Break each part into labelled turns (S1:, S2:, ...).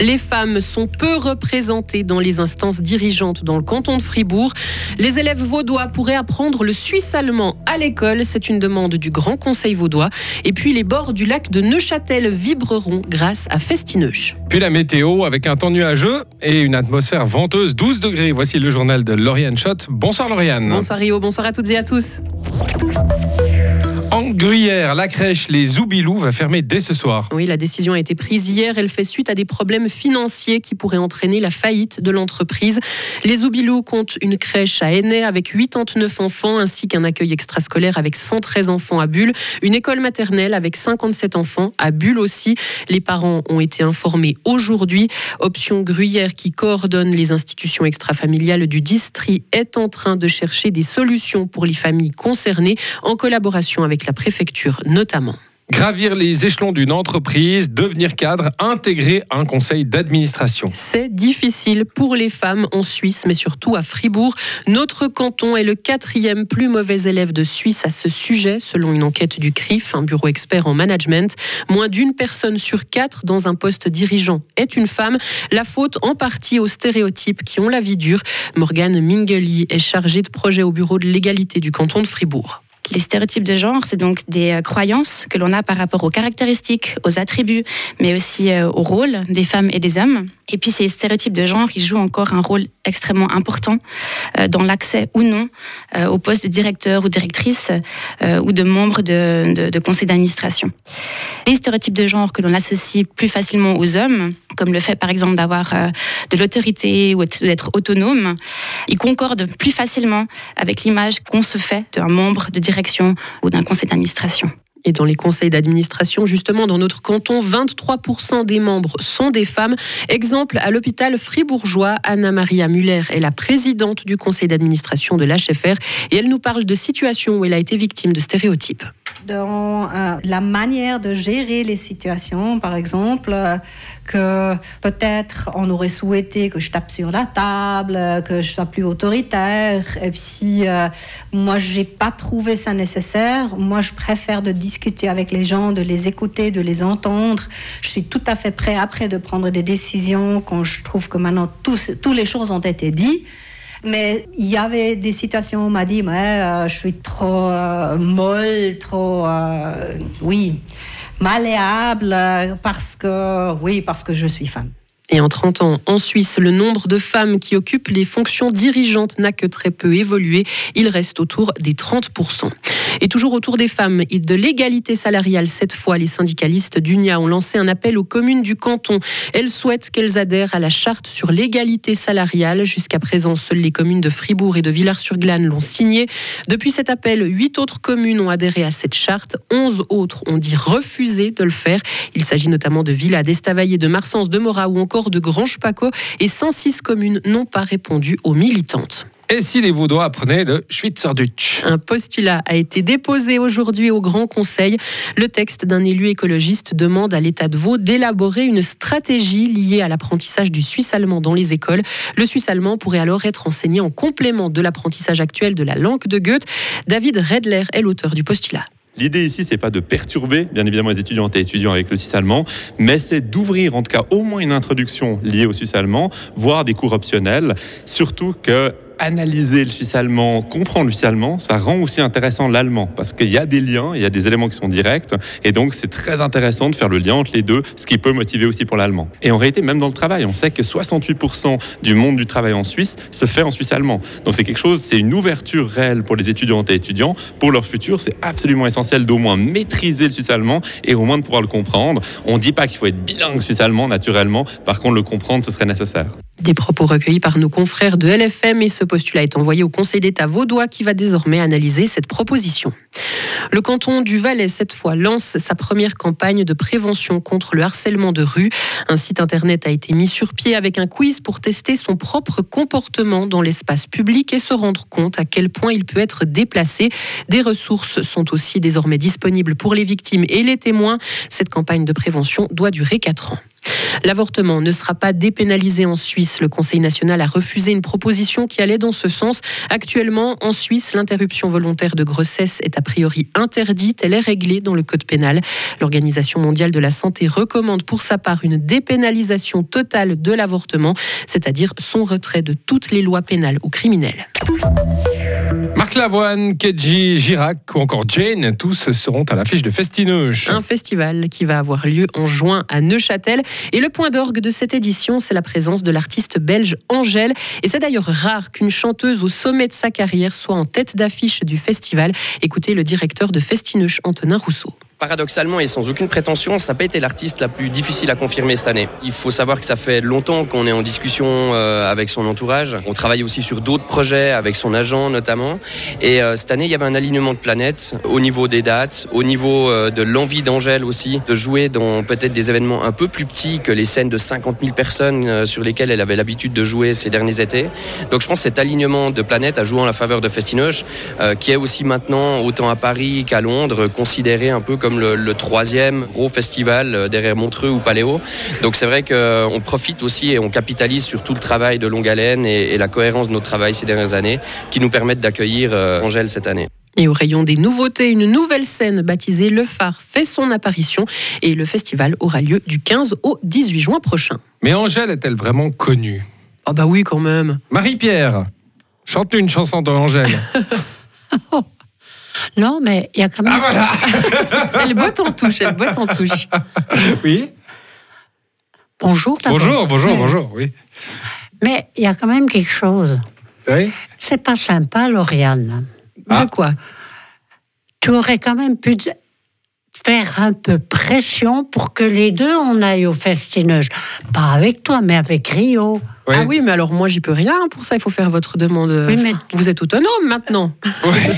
S1: Les femmes sont peu représentées dans les instances dirigeantes dans le canton de Fribourg. Les élèves vaudois pourraient apprendre le suisse-allemand à l'école. C'est une demande du Grand Conseil vaudois. Et puis les bords du lac de Neuchâtel vibreront grâce à Festineuche.
S2: Puis la météo avec un temps nuageux et une atmosphère venteuse, 12 degrés. Voici le journal de Lauriane Schott. Bonsoir Lauriane.
S1: Bonsoir Rio, bonsoir à toutes et à tous.
S2: En Gruyère, la crèche Les Zoubilous va fermer dès ce soir.
S1: Oui, la décision a été prise hier. Elle fait suite à des problèmes financiers qui pourraient entraîner la faillite de l'entreprise. Les Zoubilous comptent une crèche à Aînay avec 89 enfants ainsi qu'un accueil extrascolaire avec 113 enfants à Bulle, une école maternelle avec 57 enfants à Bulle aussi. Les parents ont été informés aujourd'hui. Option Gruyère qui coordonne les institutions extrafamiliales du district est en train de chercher des solutions pour les familles concernées en collaboration avec la préfecture notamment.
S2: Gravir les échelons d'une entreprise, devenir cadre, intégrer un conseil d'administration.
S1: C'est difficile pour les femmes en Suisse, mais surtout à Fribourg. Notre canton est le quatrième plus mauvais élève de Suisse à ce sujet, selon une enquête du CRIF, un bureau expert en management. Moins d'une personne sur quatre dans un poste dirigeant est une femme. La faute en partie aux stéréotypes qui ont la vie dure. Morgane Mingeli est chargée de projet au bureau de l'égalité du canton de Fribourg.
S3: Les stéréotypes de genre, c'est donc des euh, croyances que l'on a par rapport aux caractéristiques, aux attributs, mais aussi euh, au rôle des femmes et des hommes. Et puis ces stéréotypes de genre, ils jouent encore un rôle extrêmement important euh, dans l'accès ou non euh, au poste de directeur ou directrice euh, ou de membre de, de, de conseil d'administration. Les stéréotypes de genre que l'on associe plus facilement aux hommes, comme le fait par exemple d'avoir euh, de l'autorité ou d'être autonome, ils concordent plus facilement avec l'image qu'on se fait d'un membre de direction ou d'un conseil d'administration.
S1: Et dans les conseils d'administration, justement, dans notre canton, 23% des membres sont des femmes. Exemple, à l'hôpital fribourgeois, Anna-Maria Muller est la présidente du conseil d'administration de l'HFR et elle nous parle de situations où elle a été victime de stéréotypes.
S4: Dans euh, la manière de gérer les situations, par exemple, euh, que peut-être on aurait souhaité que je tape sur la table, euh, que je sois plus autoritaire. Et puis, euh, moi, j'ai pas trouvé ça nécessaire. Moi, je préfère de discuter avec les gens, de les écouter, de les entendre. Je suis tout à fait prêt après de prendre des décisions quand je trouve que maintenant tous, toutes les choses ont été dites. Mais il y avait des situations où on m'a dit, mais euh, je suis trop euh, molle, trop, euh, oui, malléable, euh, parce que, oui, parce que je suis femme.
S1: Et en 30 ans, en Suisse, le nombre de femmes qui occupent les fonctions dirigeantes n'a que très peu évolué. Il reste autour des 30%. Et toujours autour des femmes et de l'égalité salariale, cette fois, les syndicalistes d'UNIA ont lancé un appel aux communes du canton. Elles souhaitent qu'elles adhèrent à la charte sur l'égalité salariale. Jusqu'à présent, seules les communes de Fribourg et de Villars-sur-Glane l'ont signée. Depuis cet appel, 8 autres communes ont adhéré à cette charte. 11 autres ont dit refuser de le faire. Il s'agit notamment de Villa, d'Estavayer, de Marsens, de Morat ou encore de Grange-Paco et 106 communes n'ont pas répondu aux militantes.
S2: Et si les Vaudois apprenaient le Schweizerdeutsch
S1: Un postulat a été déposé aujourd'hui au Grand Conseil. Le texte d'un élu écologiste demande à l'État de Vaud d'élaborer une stratégie liée à l'apprentissage du suisse-allemand dans les écoles. Le suisse-allemand pourrait alors être enseigné en complément de l'apprentissage actuel de la langue de Goethe. David Redler est l'auteur du postulat.
S5: L'idée ici, c'est pas de perturber, bien évidemment, les étudiantes et étudiants avec le suisse allemand, mais c'est d'ouvrir, en tout cas, au moins une introduction liée au suisse allemand, voire des cours optionnels. Surtout que analyser le suisse allemand, comprendre le suisse allemand, ça rend aussi intéressant l'allemand parce qu'il y a des liens, il y a des éléments qui sont directs et donc c'est très intéressant de faire le lien entre les deux, ce qui peut motiver aussi pour l'allemand. Et en réalité, même dans le travail, on sait que 68% du monde du travail en Suisse se fait en suisse allemand. Donc c'est quelque chose, c'est une ouverture réelle pour les étudiantes et étudiants, pour leur futur, c'est absolument essentiel d'au moins maîtriser le suisse allemand et au moins de pouvoir le comprendre. On ne dit pas qu'il faut être bilingue suisse allemand naturellement, par contre le comprendre ce serait nécessaire.
S1: Des propos recueillis par nos confrères de LFM et ce postulat est envoyé au Conseil d'État vaudois qui va désormais analyser cette proposition. Le canton du Valais, cette fois, lance sa première campagne de prévention contre le harcèlement de rue. Un site internet a été mis sur pied avec un quiz pour tester son propre comportement dans l'espace public et se rendre compte à quel point il peut être déplacé. Des ressources sont aussi désormais disponibles pour les victimes et les témoins. Cette campagne de prévention doit durer 4 ans. L'avortement ne sera pas dépénalisé en Suisse. Le Conseil national a refusé une proposition qui allait dans ce sens. Actuellement, en Suisse, l'interruption volontaire de grossesse est a priori interdite. Elle est réglée dans le Code pénal. L'Organisation mondiale de la santé recommande pour sa part une dépénalisation totale de l'avortement, c'est-à-dire son retrait de toutes les lois pénales ou criminelles.
S2: Marc Lavoine, Kedji, Girac ou encore Jane, tous seront à l'affiche de Festineuche.
S1: Un festival qui va avoir lieu en juin à Neuchâtel. Et le point d'orgue de cette édition, c'est la présence de l'artiste belge Angèle. Et c'est d'ailleurs rare qu'une chanteuse au sommet de sa carrière soit en tête d'affiche du festival. Écoutez le directeur de Festineuche, Antonin Rousseau.
S6: Paradoxalement et sans aucune prétention, ça n'a pas été l'artiste la plus difficile à confirmer cette année. Il faut savoir que ça fait longtemps qu'on est en discussion euh, avec son entourage. On travaille aussi sur d'autres projets avec son agent notamment. Et euh, cette année, il y avait un alignement de planètes au niveau des dates, au niveau euh, de l'envie d'Angèle aussi de jouer dans peut-être des événements un peu plus petits que les scènes de 50 000 personnes euh, sur lesquelles elle avait l'habitude de jouer ces derniers étés. Donc je pense que cet alignement de planètes a joué en la faveur de Festinoche, euh, qui est aussi maintenant, autant à Paris qu'à Londres, euh, considéré un peu comme le, le troisième gros festival euh, derrière Montreux ou Paléo. Donc c'est vrai qu'on profite aussi et on capitalise sur tout le travail de longue haleine et, et la cohérence de notre travail ces dernières années qui nous permettent d'accueillir euh, Angèle cette année.
S1: Et au rayon des nouveautés, une nouvelle scène baptisée Le Phare fait son apparition et le festival aura lieu du 15 au 18 juin prochain.
S2: Mais Angèle est-elle vraiment connue
S1: Ah bah oui quand même.
S2: Marie-Pierre, chante-nous une chanson d'Angèle.
S7: Non, mais il y a quand même.
S2: ah voilà
S1: Elle botte en touche, elle botte en touche.
S2: Oui
S7: Bonjour. d'abord.
S2: Bonjour, bonjour,
S7: Mais-
S2: bonjour, oui.
S7: Mais il y a quand même quelque chose.
S2: Oui
S7: C'est pas sympa, Lauriane.
S2: Ah.
S1: De quoi
S7: Tu aurais quand même pu d- faire un peu pression pour que les deux on aille au festineuge. Pas avec toi, mais avec Rio.
S2: Oui.
S1: Ah oui, mais alors moi j'y peux rien pour ça, il faut faire votre demande.
S7: Oui, mais-
S1: Vous êtes autonome maintenant.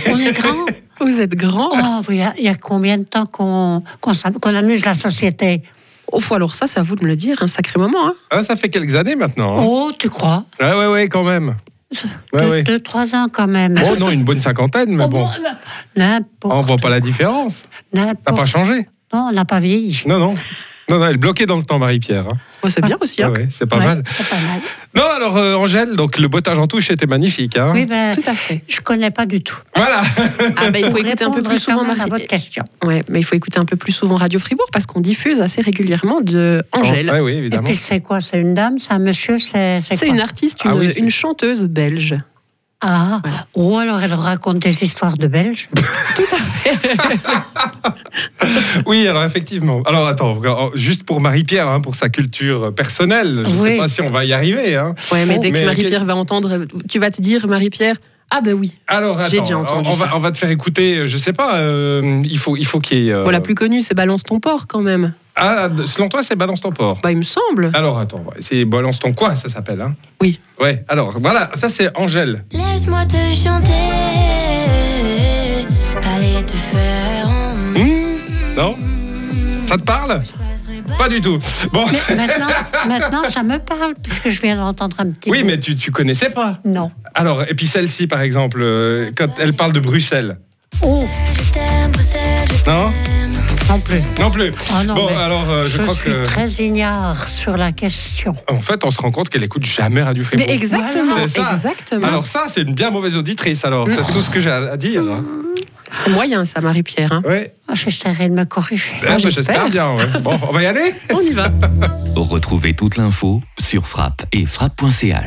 S7: On est grand.
S1: Vous êtes grand.
S2: Ah.
S7: Oh, il y, a- il y a combien de temps qu'on qu'on s'am- qu'on amuse la société
S1: Au fond, Oh, alors ça, c'est à vous de me le dire, un sacré moment. hein.
S2: Ah, ça fait quelques années maintenant. hein.
S7: Oh, tu crois
S2: Ouais, ouais, ouais, quand même. Ouais,
S7: deux,
S2: ouais.
S7: deux, trois ans quand même.
S2: Bon, non, une bonne cinquantaine, mais
S7: Oh,
S2: bon,
S7: bon, N'importe.
S2: on voit pas la différence. T'as pas
S7: n'importe.
S2: changé
S7: Non, on n'a pas vieilli.
S2: Non, non. Non, non, elle est bloquée dans le temps, Marie-Pierre. hein.
S1: Moi, c'est bien aussi. hein.
S2: Ah ouais, c'est pas
S7: Ouais,
S2: mal.
S7: C'est pas mal.
S2: Non, alors, euh, Angèle, donc le bottage en touche était magnifique. hein.
S7: Oui, ben,
S1: Tout à fait.
S7: je connais pas du tout.
S2: Voilà.
S1: Ah, bah, il faut écouter un peu
S7: Répondre
S1: plus souvent
S7: quand même à
S1: Marie-
S7: votre question.
S1: Ouais, mais il faut écouter un peu plus souvent Radio Fribourg parce qu'on diffuse assez régulièrement de Angèle.
S2: Oui, oui,
S7: Et
S2: évidemment.
S7: puis c'est quoi C'est une dame C'est un monsieur C'est
S1: C'est
S7: quoi
S1: une artiste, une,
S2: Ah oui, c'est-
S1: une chanteuse belge.
S7: Ah, ou alors elle raconte des histoires de Belges.
S2: Oui, alors effectivement. Alors attends, regarde, juste pour Marie-Pierre, hein, pour sa culture personnelle, je ne sais
S7: Oui.
S2: pas si on va y arriver. hein.
S1: Ouais,
S7: Oh.
S1: mais dès que
S2: Mais
S1: Marie-Pierre va entendre, tu vas te dire, Marie-Pierre, ah ben oui.
S2: Alors
S1: J'ai
S2: attends,
S1: déjà entendu
S2: on, on va,
S1: ça.
S2: on va te faire écouter, je sais pas, euh, il faut, il faut qu'il y ait... euh,
S1: Bon, la plus connue, c'est Balance ton porc quand même.
S2: Ah, selon toi, c'est Balance ton port.
S1: Bah, il me semble.
S2: Alors attends, c'est Balance ton quoi, ça s'appelle hein
S1: Oui.
S2: Ouais, alors voilà, ça c'est Angèle.
S8: Laisse-moi te chanter, aller te faire en
S2: Hum non Ça te parle Pas du tout. Bon,
S7: Mais maintenant, maintenant, ça me parle, puisque je viens d'entendre un petit
S2: oui,
S7: bout.
S2: mais tu, tu connaissais pas.
S7: Non.
S2: Alors, et puis celle-ci, par exemple, euh, quand elle parle de Bruxelles.
S7: Oh,
S8: Je t'aime, Bruxelles, je
S2: Non
S8: t'aime.
S7: non plus.
S2: Non plus.
S7: Ah non,
S2: bon,
S7: mais
S2: alors, euh, je,
S7: je
S2: crois
S7: suis
S2: que.
S7: très ignare sur la question.
S2: En fait, on se rend compte qu'elle écoute jamais Radio Fribourg.
S1: Mais exactement,
S2: C'est ça.
S1: exactement.
S2: Alors, ça, c'est une bien mauvaise auditrice, alors. C'est tout ce que j'ai à à dire.
S1: C'est moyen ça, Marie-Pierre. hein.
S2: Ouais.
S7: Ah, J'essaierai de me corriger.
S2: Ah, bah,
S1: j'espère.
S2: J'espère bien. ouais. Bon, on va y aller
S1: On y va.
S9: Retrouvez toute l'info sur frappe et frappe.ch.